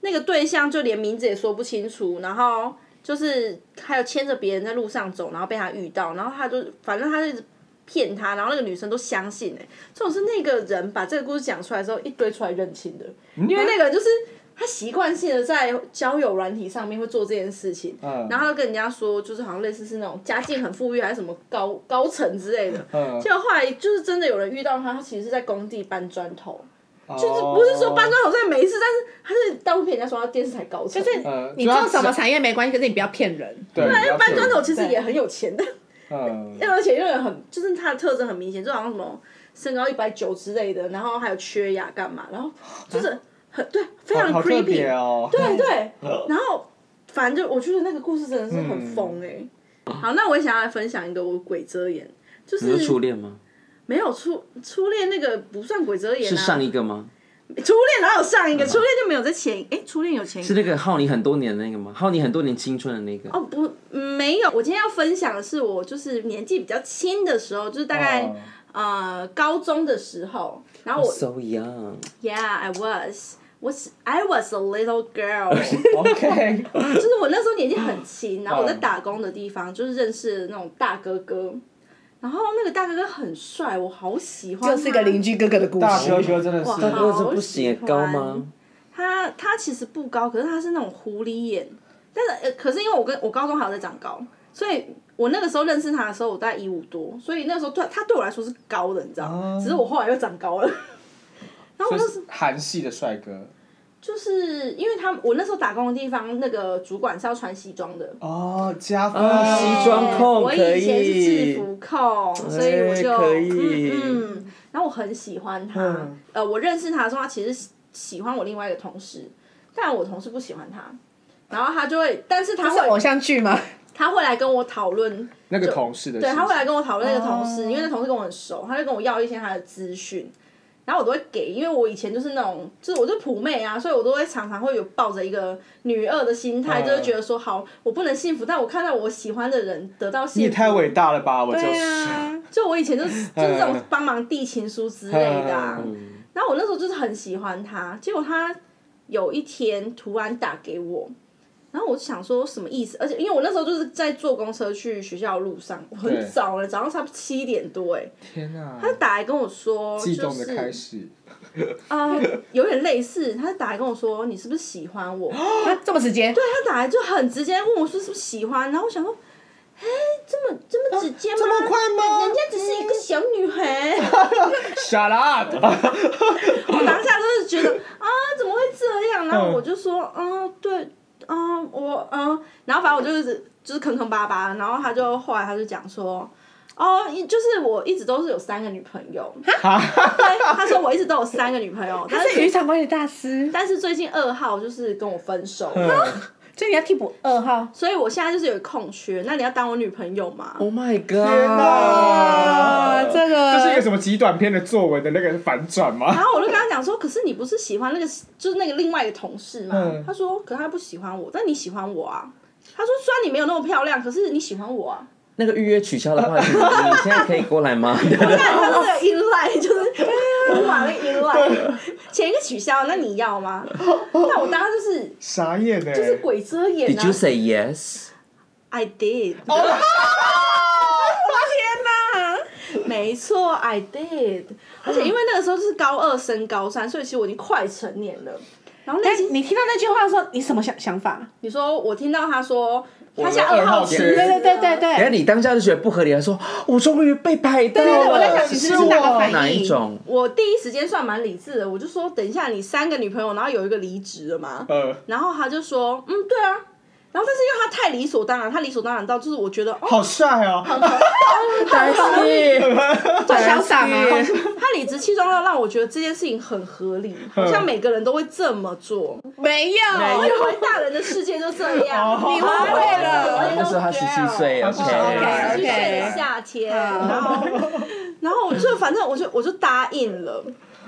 S1: 那个对象就连名字也说不清楚，然后就是还有牵着别人在路上走，然后被他遇到，然后他就反正他就一直骗他，然后那个女生都相信哎、欸，这种是那个人把这个故事讲出来之后，一堆出来认亲的，因为那个人就是。他习惯性的在交友软体上面会做这件事情，然后他就跟人家说，就是好像类似是那种家境很富裕还是什么高高层之类的。
S2: 嗯
S1: 结果后来就是真的有人遇到他，他其实是在工地搬砖头，
S2: 就是
S1: 不是说搬砖头在没事，但是他是到处骗人家说他电视台高层，就是
S3: 嗯
S2: 呃
S4: 你做什么产业没关系，可是你不要骗人。
S2: 对，
S1: 搬砖头其实
S4: 对
S1: 也很有钱的，
S2: 嗯，
S1: 而且又有很就是他的特征很明显，就好像什么身高一百九之类的，然后还有缺牙干嘛，然后就是很对非常
S2: 好特
S1: creepy，
S2: 别哦，
S1: 对对，
S3: 嗯
S1: 然后反正就我觉得那个故事真的是很疯哎、好，那我也想要来分享一个我鬼遮眼，就
S3: 你是
S1: 是
S3: 嗯初恋吗？
S1: 没有初初恋那个不算鬼遮眼、啊，
S3: 是上一个嗯吗？
S1: 初恋哪有上一个？初恋就没有在前哎、初恋有前一
S3: 是
S1: 个。
S3: 那个耗你很多年的那个吗？耗你很多年青春的那个？
S1: 哦不，嗯没有。我今天要分享的是我就是年纪比较轻的时候，就是大概、
S2: 哦
S1: 呃高中的时候，然后我
S3: So young，
S1: Yeah, I was. Was I was a little girl，
S2: ，OK，
S1: 就是我那时候年纪很轻，然后我在打工的地方就是认识那种大哥哥，然后那个大哥哥很帅，我好喜欢他。
S4: 就是一个邻居哥哥的故
S2: 大
S4: 事，
S2: 哥哥真的
S1: 哇
S2: 是
S3: 大哥这不
S1: 好
S3: 行
S1: 喜，欢
S3: 高吗？
S1: 他他其实不高，可是他是那种狐狸眼，但是呃，可是因为我跟我高中还有在长高，所以我那个时候认识他的时候，我大概一五多，所以那时候对他对我来说是高的，你知道吗？只是我后来又长高了。然后我就是
S2: 就是韩系的帅哥
S1: 就是因为他们我那时候打工的地方，那个主管是要穿西装的，
S2: 哦，加分，
S3: 啊西装控
S1: 我以
S3: 可以
S1: 前是制服控，所以我就
S3: 哎可以
S1: 嗯嗯，然后我很喜欢他，
S2: 嗯
S1: 呃，我认识他的时候，他其实喜喜欢我另外一个同事，但我同事不喜欢他，然后他就会，但是他
S4: 是偶
S1: 会
S4: 像剧吗？
S1: 他会来跟我讨论，
S2: 那个同事的事
S1: 对
S2: 情，
S1: 他会来跟我讨论那个同事，
S2: 哦
S1: 因为那同事跟我很熟，他就跟我要一些他的资讯。然后我都会给，因为我以前就是那种，就是我就普妹啊，所以我都会常常会有抱着一个女二的心态，
S2: 嗯
S1: 就是觉得说，好，我不能幸福，但我看到我喜欢的人得到幸福，
S2: 你也太伟大了吧，我就
S1: 对
S2: 是，
S1: 啊，就我以前就是 就是这种帮忙递情书之类的、啊，
S2: 嗯
S1: 然后我那时候就是很喜欢他，结果他有一天突然打给我，然后我就想说什么意思？而且因为我那时候就是在坐公车去学校的路上，我很
S2: 对
S1: 早了，早上差不多七点多哎、
S2: 天哪，
S1: 他打来跟我说，
S2: 激
S1: 就
S2: 动的开
S1: 是
S2: 始，
S1: 啊、呃有点类似，他打来跟我说你是不是喜欢我？
S4: 啊这么直接？对，
S1: 他打来就很直接问我说是不是喜欢，然后我想说，哎，这么这么直接吗？
S2: 啊这么快吗
S1: 人家只是一个小女孩。
S2: Shut up！
S1: 我当下就是觉得啊，怎么会这样？然后我就说，嗯，对，嗯，我嗯，然后反正我就是就是坑坑巴巴，然后他就后来他就讲说。哦，一就是我一直都是有三个女朋友， 对，他说我一直都有三个女朋友，但
S4: 他是渔
S1: 是
S4: 场管理大师，
S1: 但是最近二号就是跟我分手，
S2: 嗯
S4: 所以你要替补二号。
S1: 所以我现在就是有空缺，那你要当我女朋友吗？
S3: Oh my god！
S4: 啊，
S2: 哪
S4: 这个
S2: 这是一个什么极短篇的作文的那个反转吗？
S1: 然后我就跟他讲说，可是你不是喜欢那个，就是那个另外一个同事嘛？
S2: 嗯
S1: 他说，可是他不喜欢我，但你喜欢我啊。他说，虽然你没有那么漂亮，可是你喜欢我啊。
S3: 那个预约取消的话，请你现在可以过来吗？
S1: 但他那个依赖就是，对啊，那个依赖，前一个取消，那你要吗？那我当时就是
S2: 傻眼哎，
S1: 就是鬼遮眼
S3: Did you
S1: 啊
S3: say yes？
S1: ！I did，
S4: 天哪！
S1: 没错，I did。而且因为那个时候就是高二升高三，所以其实我已经快成年了。然后内
S4: 但
S1: 心
S4: 你听到那句话的时候，你什么想想法？
S1: 你说我听到他说
S2: 他
S1: 现在
S2: 二
S1: 很好
S2: 号
S1: 奇
S2: 缺，
S4: 对对对对对
S3: 然哎后你当下就觉得不合理，还说我终于被拍到
S4: 对对
S3: 了，
S4: 对我在想你是
S3: 是
S4: 不哎是哪个
S3: 我
S4: 反应
S3: 哪一种？
S1: 我第一时间算蛮理智的，我就说等一下你三个女朋友，然后有一个离职了嘛，
S2: 呃，
S1: 然后他就说嗯对啊，然后但是因为他太理所当然，他理所当然到就是我觉得哦，
S2: 好帅哦，
S3: 但是
S4: 好潇洒啊！
S1: 他理直气壮到让我觉得这件事情很合理，
S2: 嗯
S1: 好像每个人都会这么做，
S4: 没有，
S1: 因为大人的世界就这样，
S2: 哎哦啊
S1: 你误会了，
S3: 那时候他十七
S1: 啊
S3: 岁
S2: 他
S1: 哦
S3: ，OK，
S2: 是小孩
S1: 十七岁的夏天，然后然后我就反正我就我就答应了。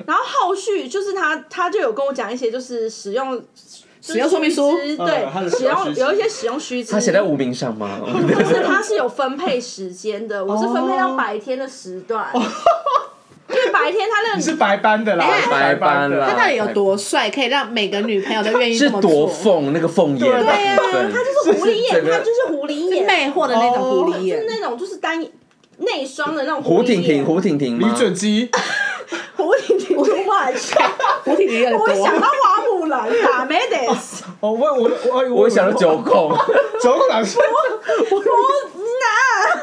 S1: 然后后续就是他，他就有跟我讲一些就是使用使
S4: 用说明书
S2: 嗯他
S1: 对，
S2: 的
S1: 使
S2: 使用须
S1: 用
S2: 知
S1: 有一些使用须知，
S3: 他写在无名上吗？
S1: 就是他是有分配时间的，我是分配到白天的时段，因为白天他那
S2: 你
S1: 个
S2: 是白班的啦，
S4: 哎
S2: 你是白的
S3: 白班啦
S4: 他到底有多帅，可以让每个女朋友都愿意
S3: 是
S4: 这么
S3: 多
S4: 做？
S3: 凤那个凤眼的
S2: 对
S3: 部分，
S1: 啊他就是狐狸眼，
S3: 整个
S1: 他就是狐狸
S4: 是
S1: 眼，
S4: 魅哦惑的那种狐狸
S1: 就是
S4: 眼，
S1: 那种就是单内双的那种
S3: 胡
S1: 狸眼
S3: 婷婷，胡婷婷吗，
S2: 李准基，
S1: 胡婷婷就外向，
S4: 狐狸
S2: 哎
S4: 眼有
S1: 我
S4: 多啊
S1: 想到花木兰打 m e d e s
S2: 哦，我我我
S3: 我想到九孔，
S2: 九孔老师，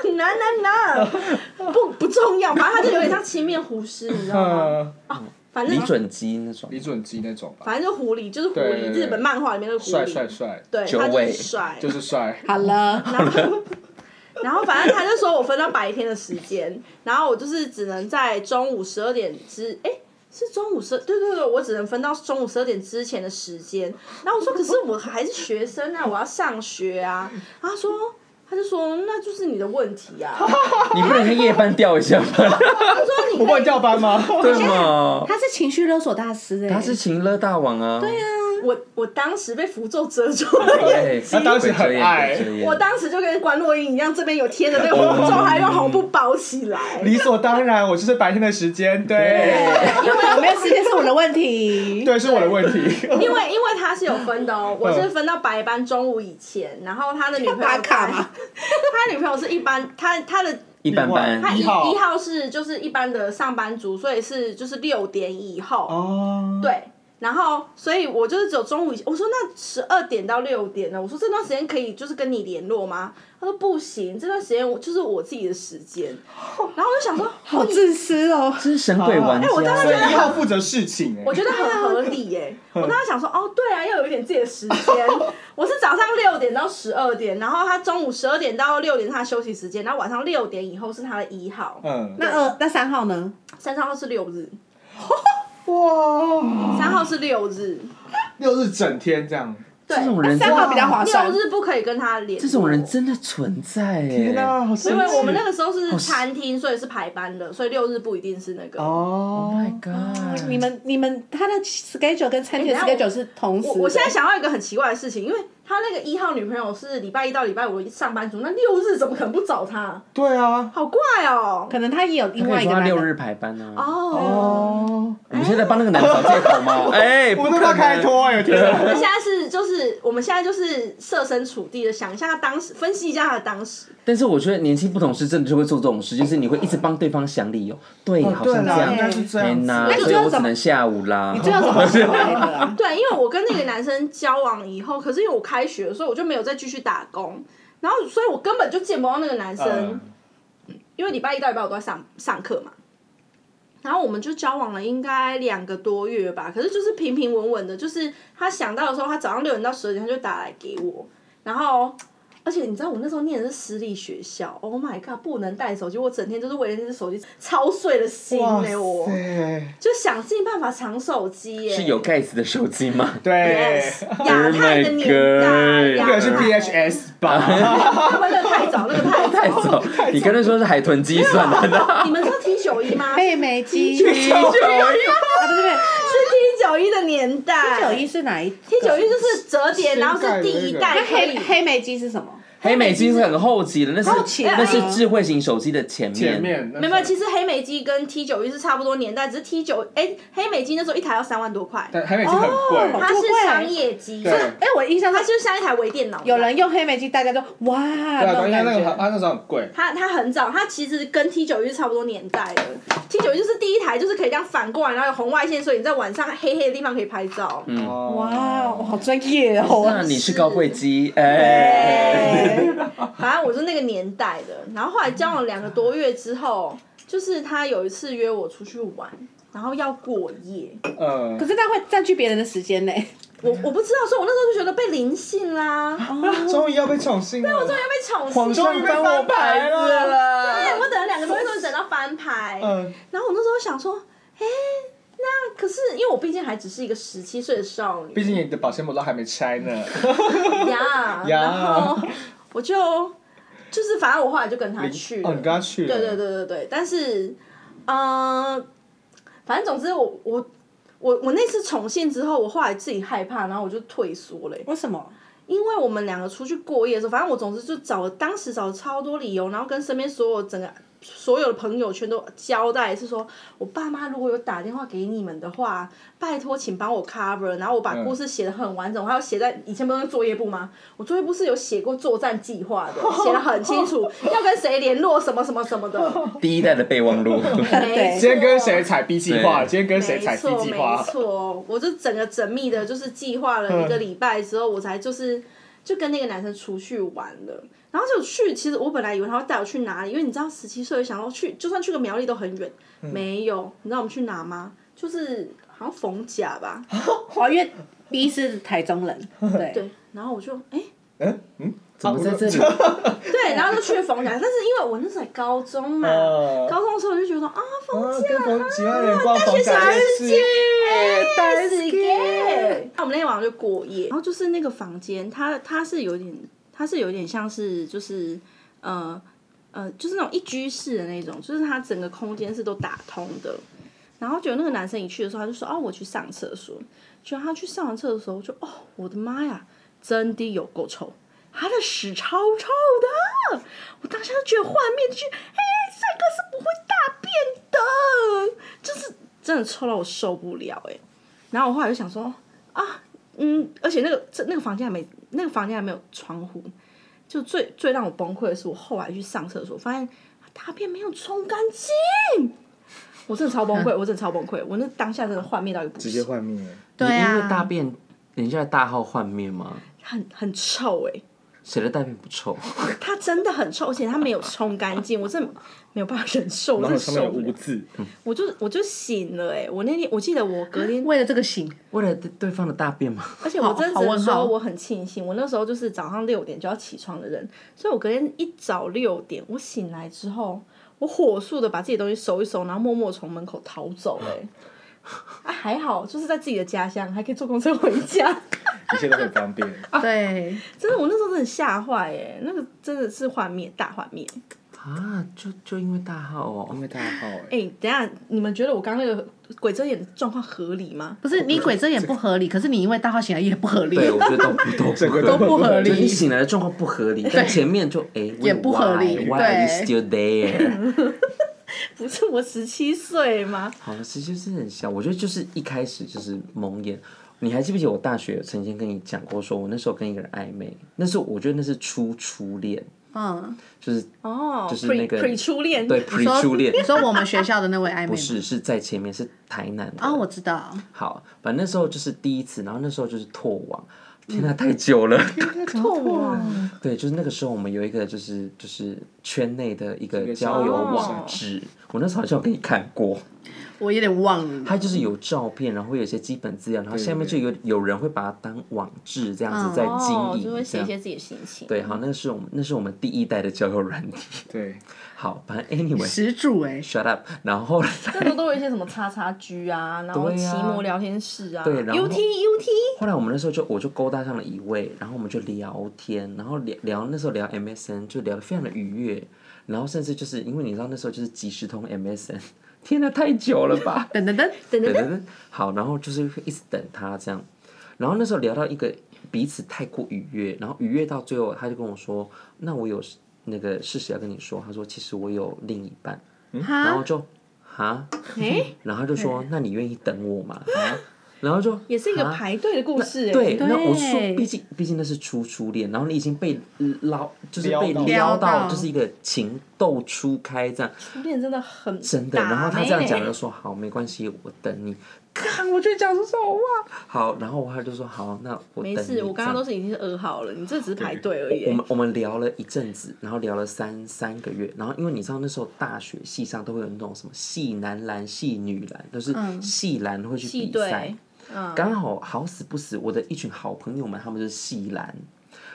S1: 不难难难难，不不重要，反正他就有点像青面狐师，你知道吗？
S2: 嗯，
S1: 反
S3: 李
S1: 正
S3: 准基那种
S2: 李，准基那种吧，
S1: 啊反正就狐狸，就是狐
S2: 对
S1: 狸，
S2: 对对
S1: 日本漫画里面的狐狸，
S2: 帅帅帅，
S1: 对，
S3: 九
S1: 他就是
S3: 尾
S1: 帅，
S2: 就是帅，
S4: 好了，
S1: 然后，然后反正他就说我分到白天的时间，然后我就是只能在中午十二点之，哎、是中午十，对对对，我只能分到中午十二点之前的时间。然后我说，可是我还是学生啊，我要上学啊。然后他说，他就说，那就是你的问题啊。
S3: 你不能跟夜班调一下吗？
S1: 他说你
S2: 我帮
S1: 可
S2: 你
S1: 以，
S2: 调班吗？
S3: 对吗？
S4: 他是情绪勒索大师哎，
S3: 他是情乐大王啊，对呀，
S1: 我我当时被符咒遮住了 眼。
S3: 对，
S2: 他当时很爱
S3: 鬼遮眼
S1: 我当时就跟关若英一样，这边有贴着那个符咒，还用红布包起来。
S2: 理所当然，我就是白天的时间，对，
S4: 有没有时间是我的问题。
S2: 对，是我的问题。
S1: 因为因为他是有分的哦，我是分到白班中午以前，然后他的女朋友
S4: 打卡
S1: 在
S4: 嘛
S1: 他女朋友是一般，他他的
S3: 一般般，
S1: 他一
S2: 一号
S1: 一号是就是一般的上班族，所以是就是六点以后，
S2: 哦，
S1: 对。然后，所以我就是只有中午以前，我说那十二点到六点呢，我说这段时间可以就是跟你联络吗？他说不行，这段时间我就是我自己的时间。然后我就 想说，
S4: 好自私哦！
S3: 这是神鬼玩家，
S2: 哎
S1: 我当时
S2: 所
S1: 觉
S2: 以
S1: 得
S2: 一号负责事情，
S1: 我
S2: 哎，
S1: 觉得很合理耶、 我当时想说，哦，对啊，要有一点自己的时间。 我是早上六点到十二点，然后他中午十二点到六点是他休息时间，然后晚上六点以后是他的一号，
S2: 嗯，
S4: 那二那三号呢？
S1: 三号是六日，
S2: 哇，
S1: 三号是六日，
S2: 六日整天这样，
S1: 对，
S3: 这种人真
S4: 三
S3: 的，
S4: 号比较划算
S1: 六。日不可以跟他连。
S3: 这种人。真的存在
S2: 天
S3: 哎，
S2: 哪，好神
S1: 因
S2: 奇
S1: 为我们那个时候是餐厅，所以是排班的，所以六日不一定是那个。
S2: 哦
S3: Oh my god！
S4: 你们你们他的 schedule 跟餐厅的
S1: 哎等一下
S4: schedule 是同时
S1: 我
S4: 的。
S1: 我现在想到一个很奇怪的事情，因为他那个一号女朋友是礼拜一到礼拜五上班族，那六日怎么可能不找他？
S2: 对啊，
S1: 好怪哦、
S4: 可能他也有另
S3: 他可
S4: 外
S3: 以
S4: 一
S3: 说
S4: 个
S3: 他
S4: 男的
S3: 六日排班啊。
S1: 哦，
S2: 哦，
S3: 我们现在帮那个男的找借口 吗？哎，
S2: 我
S3: 不
S2: 们
S3: 可能
S2: 都要开脱，哎，天
S1: 我
S2: 哪，
S1: 们现在是就是我们现在就是设身处地的想一下他当时，分析一下他的当时。
S3: 但是我觉得年轻不懂事，真的就会做这种事，就是你会一直帮对方想理由，哦对，好
S2: 对
S3: 像这
S2: 啦，应
S3: 样，
S2: 该是这样
S3: 啊天
S2: 子，
S3: 哪，
S4: 那你
S3: 所
S4: 就
S3: 以
S4: 要
S3: 我只
S4: 怎么
S3: 能下午啦。
S4: 你最后怎么出 来的啊？
S1: 对，因为我跟那个男生交往以后，可是因为我开学，所以我就没有再继续打工，然后所以我根本就见不到那个男生，
S2: 嗯
S1: 因为礼拜一到礼拜五都在上上课嘛。然后我们就交往了应该两个多月吧，可是就是平平稳稳的，就是他想到的时候，他早上六点到十二点他就打来给我，然后。而且你知道我那时候念的是私立学校，Oh my god，不能带手机，我整天就是为了那只手机操碎了心
S2: 哇
S1: 哎、我
S2: 塞，
S1: 就想尽办法藏手机耶、
S3: 是有盖子的手机吗？
S2: 对，
S1: Yes，亚太的年代，
S3: Oh my Oh god
S1: 亚
S2: 这
S1: 太
S2: 个是 VHS 吧？
S1: 那个太早，那个 太
S3: 太
S1: 早。
S3: 早，你刚才说是海豚机算的，
S1: 你们说 T 九一 吗？是
S4: 贝梅基
S3: 你就
S4: 啊，不是不是
S1: T 九一的年代。
S4: ，T 九一是哪一
S1: ，T 九一就是折叠，然后是第一代
S4: 那
S1: 可以
S4: 黑。黑莓机是什么？
S3: 黑美机是很后期的，那是
S4: 后期啊
S3: 那是智慧型手机的前面。
S2: 前面
S1: 没有，没有，其实黑莓机跟 T 九一是差不多年代，只是 T 九哎，黑莓机那时候一台要三万多块，
S2: 但还美机很贵，
S1: 它
S4: 这么
S1: 是
S4: 贵
S1: 商业机，
S2: 对
S1: 它
S4: 哎，我印象中
S1: 就像一台微电脑。
S4: 有人用黑莓机，大家都哇
S2: 对
S4: 那
S2: 啊，
S4: 种
S2: 因为
S4: 感
S2: 那个很
S4: 觉。
S2: 它那时候很贵，
S1: 它它很早，它其实跟 T 九一是差不多年代的。T 九一就是第一台，就是可以这样反过来，然后有红外线，所以你在晚上黑黑的地方可以拍照。
S3: 嗯
S2: 哦
S4: 哇，我好专业哦！
S3: 那你是高贵机，哎，
S1: 对，反正我就那个年代的。然后后来交往两个多月之后，就是他有一次约我出去玩，然后要过夜。
S2: 呃
S4: 可，是那会占据别人的时间呢。
S1: 我我不知道，所以我那时候就觉得被灵性啦，
S2: 终于要被宠幸了，
S1: 被宠
S2: 啊皇
S1: 幸。
S2: 上翻我牌了。
S1: 对，我等了两个多月，终于等到翻牌。
S2: 嗯，
S1: 然后我那时候想说，哎、那可是因为我毕竟还只是一个十七岁的少女，
S2: 毕竟你的保鲜膜都还没拆呢。
S1: 呀，
S2: 呀
S1: 然后我就就是反正我后来就跟他去了，
S2: 哦，你跟他去了。
S1: 对对对对对，但是，呃，反正总之我我我我那次宠幸之后，我后来自己害怕，然后我就退缩了、
S4: 为什么？
S1: 因为我们两个出去过夜的时候，反正我总之就找了，当时找了超多理由，然后跟身边所有整个所有的朋友圈都交代，是说我爸妈如果有打电话给你们的话，拜托请帮我 cover，然后我把故事写的很完整，我还有写在以前不是作业簿吗？我作业簿是有写过作战计划的，写的很清楚，要跟谁联络，什么什么什么的，
S3: 第一代的备忘 录，
S1: 没错
S2: 今天跟谁采 B 计划？
S3: 对
S2: 今天跟谁
S1: 没
S2: 采 C
S1: 错，
S2: 计
S1: 没
S2: 划？嗯
S1: 错，我就整个缜密的，就是计划了一个礼拜之后，我才就是就跟那个男生出去玩了。然后就去，其实我本来以为他会带我去哪里，因为你知道十七岁想要去，就算去个苗栗都很远。
S2: 嗯
S1: 没有，你知道我们去哪吗？就是好像逢甲吧。
S2: 啊
S4: 华月 B 是台中人，对，
S1: 对，然后我就哎、
S2: 嗯嗯，
S3: 怎么在这里？
S1: 对，然后就去了逢甲，但是因为我那时候才高中嘛，
S2: 嗯
S1: 高中的时候我就觉得啊，逢
S2: 啊，跟冯吉安人逛房
S1: 大
S2: 价
S1: 学
S2: 是
S1: 但是 gay。那我们那天晚上就过夜，然后就是那个房间，它它是有点，它是有点像是就是呃呃，就是那种一居室的那种，就是它整个空间是都打通的。然后就那个男生一去的时候，他就说：“哦，我去上厕所。”结果他去上完厕所的时候，我就哦，我的妈呀，真的有够臭，他的屎超臭的。我当下就觉得画面就觉得，哎、帅哥是不会大便的，就是真的臭到我受不了哎、然后我后来就想说啊，嗯，而且那个这那个房间还没那个房间还没有窗户，就最最让我崩溃的是，我后来去上厕所发现大便没有冲干净，我真的超崩溃， 我真的超崩溃，我那当下真的幻灭到一个不
S2: 直
S1: 行
S2: 接幻灭。
S4: 对啊
S3: 你因为大便，人家的大号换面吗？
S1: 很很臭哎、
S3: 谁的大便不臭？
S1: 它真的很臭，而且它没有冲干净，我真的没有办法忍受，我
S2: 然
S1: 真的
S2: 后上面
S1: 受
S2: 有
S1: 不
S2: 污
S1: 了，
S2: 渍，
S1: 我就我就醒了哎、我那天我记得我隔天
S4: 为了这个醒，
S3: 为了对对方的大便吗？
S1: 而且我真的只
S4: 好好
S1: 能
S4: 问号
S1: 说我很庆幸，我那时候就是早上六点就要起床的人，所以我隔天一早六点我醒来之后，我火速的把自己的东西收一收，然后默默从门口逃走、欸。哎，还好，就是在自己的家乡，还可以坐公车回家。
S2: 一切都很方便。
S3: 啊
S4: 对，
S1: 真的，我那时候真的吓坏哎，那个真的是幻灭，大幻灭。
S3: 啊，就就因为大号哦
S2: 因。为大号哎，
S1: 哎、等一下，你们觉得我刚刚那个鬼遮眼的状况合理吗？
S4: 不是你鬼遮眼不合理，可是你因为大号醒来也不合理，
S3: 对，我觉得都不哎都
S2: 整个
S3: 不
S2: 都不合
S4: 理
S3: 就你醒来的状况不合理，但前面就哎
S4: 也不合理
S3: Why, why are you
S4: 对
S3: still there？
S1: 不是我十七岁吗？
S3: 好了，其实就是很像，我觉得就是一开始就是蒙眼。你还记不记得我大学曾经跟你讲过，说我那时候跟一个人暧昧，那时候我觉得那是初初恋，
S4: 嗯，
S3: 就是
S1: 哦，
S3: 就是那个
S1: pre pre 初恋，
S3: 对 pre 初恋
S4: 你，说我们学校的那位暧昧
S3: 不
S4: 吗
S3: 是是在前面是台南的
S4: 哦，我知道，
S3: 好，反正那时候就是第一次，然后那时候就是拓网，天呐，太久了。
S1: 痛
S3: 对，就是那个时候我们有一个就是就是圈内的一个
S2: 个
S3: 交友
S2: 交友
S3: 网
S1: 网
S3: 址，我那时候好像有给你看过，
S4: 我有点忘了，
S3: 它就是有照片，然后会有一些基本资料，然后
S2: 对
S3: 下面就有有人会把它当网志这样子在
S1: 哦，
S3: 经
S1: 就会
S3: 营，这
S1: 写一
S3: 样。
S1: 些自己的心情。
S3: 对，好，那是我们那是我们第一代的交友软体。
S2: 对，
S3: 好，反正 anyway，shut
S4: 始祖哎，？
S3: up，然后呢
S1: 更多都有一些什么叉叉居啊，然后
S3: 对
S1: 奇
S3: 啊
S1: 摩聊天室啊，
S3: 对然后
S1: u t UT，
S3: 后来我们那时候就我就勾搭上了一位，然后我们就聊天，然后聊聊那时候聊 MSN 就聊得非常的愉悦，然后甚至就是因为你知道那时候就是即时通 MSN，天呐太久了吧
S4: 等等等，
S1: 等
S3: 对
S1: 等等，
S3: 对对， 好，然后就是会一直等他这样，然后那时候聊到一个彼此太过愉悦，然后愉悦到最后他就跟我说，那我有那个事实要跟你说，他说其实我有另一半，然后
S4: 哈，
S3: 就哈，
S1: 哎，
S3: 然后他就说那你愿意等我吗？然后就
S1: 也是一个
S3: 哈
S1: 排队的故事，哎，
S3: 啊对，
S4: 对
S3: 那我说，毕竟毕竟那是初初恋，然后你已经被捞，就是被
S2: 撩
S3: 撩
S2: 到
S4: 撩
S3: 到，
S4: 到
S3: 就是一个情窦初开这样，
S1: 初恋真的很
S3: 真的。
S1: 打
S3: 然后他这样
S1: 妹欸
S3: 讲就说好，没关系，我等你。
S1: 哎啊
S3: 看我去讲出这种话。好，然后我还就说好，那我
S1: 没
S3: 等你
S1: 事，我刚
S3: 这样
S1: 刚都是已经是二号了，你这只是排队而
S3: 我
S1: 已。
S3: 们我们聊了一阵子，然后聊了三三个月，然后因为你知道那时候大学系上都会有那种什么系男篮、系女篮，就是系篮会去
S1: 嗯系
S3: 比
S1: 队嗯
S3: 赛。刚、好好死不死，我的一群好朋友们他们就是系篮，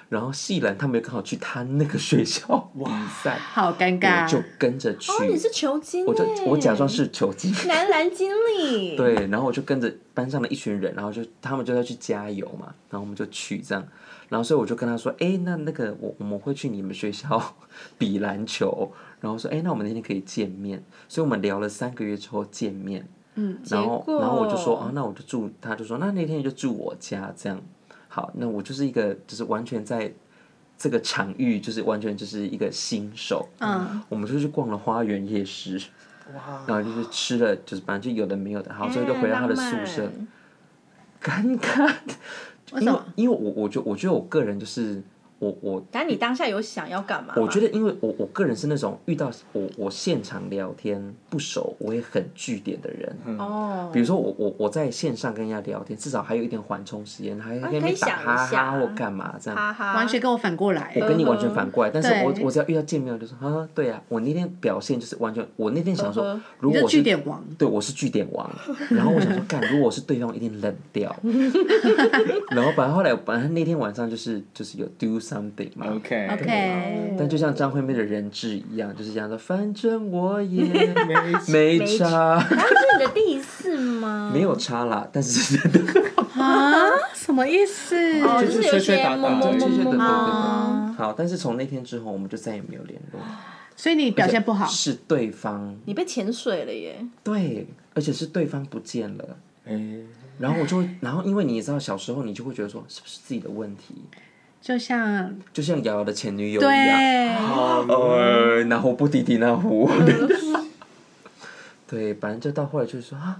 S3: 然后系篮他们又刚好去他那个学校比 赛，
S4: 好尴
S3: 我
S4: 尬，
S3: 就跟着去，
S1: 哦，你是球精
S3: 我就
S1: 耶
S3: 我假装是球 精。
S1: 男篮经理，
S3: 对，然后我就跟着班上的一群人，然后就他们就要去加油嘛，然后我们就去这样，然后所以我就跟他说，哎，那那个我我们会去你们学校 比篮球，然后说，哎，那我们那天可以见面，所以我们聊了三个月之后见面，嗯，然后
S1: 结果
S3: 然后我就 说啊，那我就住，他就说那那天你就住我家这样，好，那我就是一个就是完全在。这个场域就是完全就是一个新手，嗯，我们就去逛了花园夜市，
S2: 哇，
S3: 然后就是吃了，就是反正就有的没有的，好，所以就回到他的宿舍，
S1: 嗯
S3: 尴尬。
S4: 为
S3: 因为
S4: 什么？
S3: 因为我我觉我觉得我个人就是我我
S1: 但你当下有想要干嘛吗？
S3: 我觉得，因为我我个人是那种遇到我我现场聊天不熟，我也很据点的人。
S1: 哦，
S3: 比如说我我我在线上跟人家聊天，至少还有一点缓冲时间，还可
S1: 啊可以
S3: 以打
S1: 想一
S3: 哈
S1: 下
S3: 哈或干嘛这样。
S1: 哈嗯哈，
S4: 完全跟我反过来，
S3: 我跟你完全反过来，但是
S4: 对
S3: 我我只要遇到见面，我就说啊，对啊，我那天表现就是完全，我那天想
S1: 嗯
S3: 说
S1: 哼，
S3: 如果
S4: 你是
S3: 我
S4: 据
S3: 是
S4: 点王，
S3: 对，我是据点王。然后我想说，干，如果我是对方，一定冷 掉。然后反正后来，反正那天晚上就是就是有 do something 嘛。
S2: OK
S4: OK
S3: 但就像张惠妹的人质一样，就是这样的，反正我也
S2: 没
S3: 没差，
S1: 啊是你的第一次吗？
S3: 没有差啦。但是真的，
S4: 啊，什么意思？
S1: 哦，
S2: 就
S1: 就是
S2: 是
S1: 有一
S2: 吹吹
S1: 些
S2: 打打
S1: 摸摸
S3: 对
S1: 摸
S3: 对对
S1: 摸
S3: 对
S1: 摸。
S3: 对。好，但是从那天之后，我们就再也没有联络。
S4: 所以你表现不好，
S3: 是对方
S1: 你被潜水了耶！
S3: 对，而且是对方不见了。
S2: 哎，
S3: 然后我就会，然后因为你也知道，小时候你就会觉得说，是不是自己的问题？
S4: 就像
S3: 就像瑶瑶的前女友一
S1: 啊
S3: 样。
S4: 对，
S2: 好
S3: 呃，哪壶不提提哪壶。 对，反正就到后来就是说啊，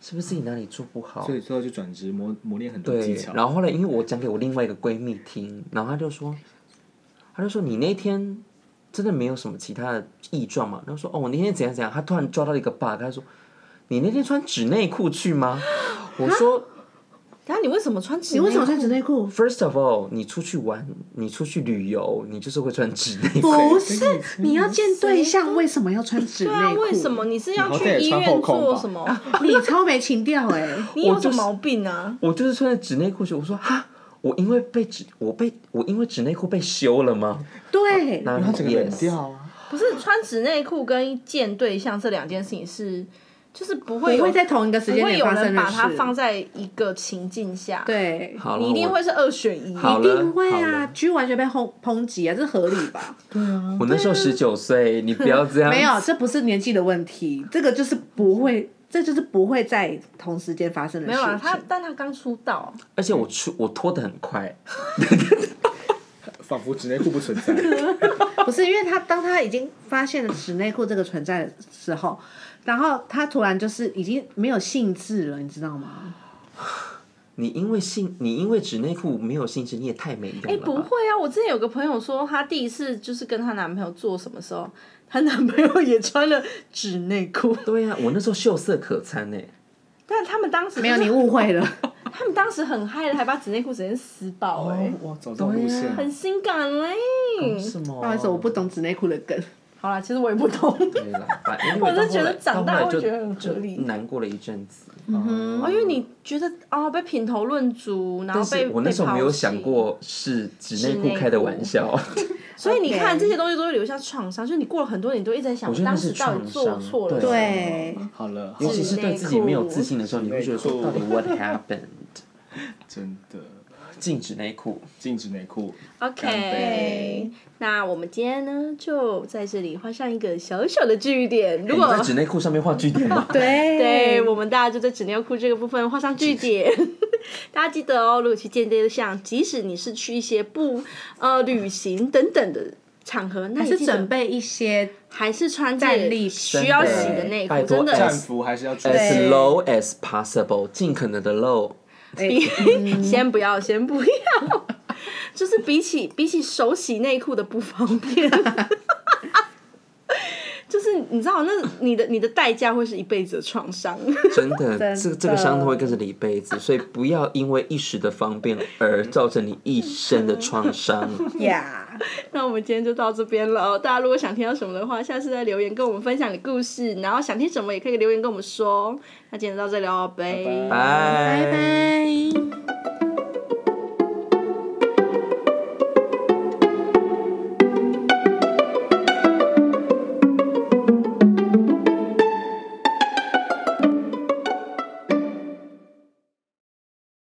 S3: 是不是自己哪里做不好
S2: 所？以之后就转职磨磨练很多技
S3: 对，
S2: 巧。
S3: 然后后来因为我讲给我另外一个闺蜜听，然后她就说，她就说你那天真的没有什么其他的异状嘛？然后说哦，我那天怎样怎样，她突然抓到一个 bug，她说你那天穿纸内裤去吗？ 我说
S1: 然后你为什么穿纸？
S4: 你为什么穿纸？内裤？
S3: ，First of all，你出去玩，你出去旅游，你就是会穿纸内 裤。
S4: 不是，你要见对象，为什么要穿纸内
S1: 对
S4: 裤？
S1: 啊，为什？么你是要
S2: 你好
S1: 去
S2: 歹
S1: 医
S2: 也穿
S1: 院
S2: 后空
S1: 做
S2: 吧
S1: 什么？
S3: 啊
S4: 你超没情调 哎！
S1: 你有什么毛病啊？
S3: 我就是穿着纸内裤去，我说哈，我因为被纸，我被我因为纸内裤被修了吗？
S4: 对，
S3: 那
S2: 然后整个冷
S3: yes
S2: 掉啊，
S1: 不是穿纸内裤跟见对象这两件事情是，就是不会
S4: 不
S1: 有
S4: 会在同一个时
S1: 不
S4: 间
S1: 会
S4: 点
S1: 有
S4: 发生
S1: 人
S4: 的
S1: 把它
S4: 事
S1: 放在一个情境下，，
S4: 对，
S3: 好了，
S1: 你一定
S3: 我
S1: 会是二选一。
S3: 好
S4: 一
S3: 了
S4: 定会
S3: 好
S4: 啊！G 完全被抨抨击啊，这合理吧？
S3: 我那时
S1: 嗯
S3: 候十九岁，你不要这 样。
S4: 没有，这不是年纪的问题，这个就是不会，这就是不会在同时间发生的
S1: 没
S4: 事
S1: 有啊，他
S4: 情。
S1: 但他刚出道，
S3: 而且我出我脱的很快，
S2: 仿佛纸内裤不存 在。
S4: 不是因为他当他已经发现了纸内裤这个存在的时候，然后他突然就是已经没有兴致了，你知道吗？
S3: 你因为性，你因为纸内裤没有兴致，你也太没用了。
S1: 哎、不，会啊！我之前有个朋友说，她第一次就是跟她男朋友做什么时候，她男朋友也穿了纸内裤，
S3: 对呀、我那时候秀色可餐欸呢、
S1: 但他们当时
S4: 没有，
S1: 就
S4: 你
S1: 是
S4: 误 会了。
S1: 他们当时很嗨的，还把纸内裤直接撕爆、哎、
S2: 哇，走这种路线，
S1: 很性感嘞、
S3: 什么？
S4: 不好意思，我不懂纸内裤的梗。
S1: 好啦，其实我也不懂，
S3: 对啦。反 anyway，
S1: 我是
S3: 到后来
S1: 觉得长大
S3: 到后来
S1: 会
S3: 就
S1: 觉得很合理
S3: 就难过了一阵子。嗯
S1: 哦，因为你觉得哦被品头论足，然后
S3: 但
S1: 被
S3: 是我那时候没有想，
S1: 被抛弃
S3: 过是纸内裤开的玩笑，
S1: 所以你看
S4: OK
S1: 这些东西都会留下创伤，就是你过了很多年，你都一直在想，
S3: 我觉得那
S1: 当
S3: 是
S1: 时到底
S3: 创
S1: 做
S3: 伤啊
S1: 错了
S3: 对
S1: 什么
S4: 对，
S2: 好了，好
S3: 尤其是对自己没有自信的时候，你会觉得
S2: 纸内
S3: 说
S2: 裤
S3: 到底 what happened？
S2: 真的
S3: 禁纸内裤。
S2: 禁止内裤。干
S1: OK，
S2: 杯
S1: 那我们今天呢就在这里画上一个小小的句点。如
S3: 你
S1: 果
S3: 在纸内裤上面画句点吗？
S4: 对
S1: 对我们大家就在纸尿裤这个部分画上句点，大家记得哦。如果去见对象，即使你是去一些不呃旅行等等的场合，那
S4: 还
S1: 也
S4: 是
S1: 记得
S4: 准备一些
S1: 还是穿
S4: 战力
S1: 这需要洗的内裤，真
S3: 真的
S2: 战
S1: 的
S2: 服还是要穿。
S3: as
S4: 对
S3: low as possible，尽可能的 low。
S1: 先不要，先不要。 就是比 起比起手洗内裤的不方便，就是是你知道，那你的你的代价会是一辈子的创伤。
S3: 真
S4: 真
S3: 的，这个这个
S4: 的
S3: 伤痛会跟着你一辈子， 所以不要因为一时的方便而造成你一生的创伤。
S1: 嗯
S4: 呀，
S1: 那我们今天就到这边了哦。大家如果想听到什么的话，下次再留言跟我们分享你的故事，然后想听什么也可以留言跟我们说哦。那今天就到这里哦，拜
S2: 拜拜
S3: 拜
S4: 拜拜。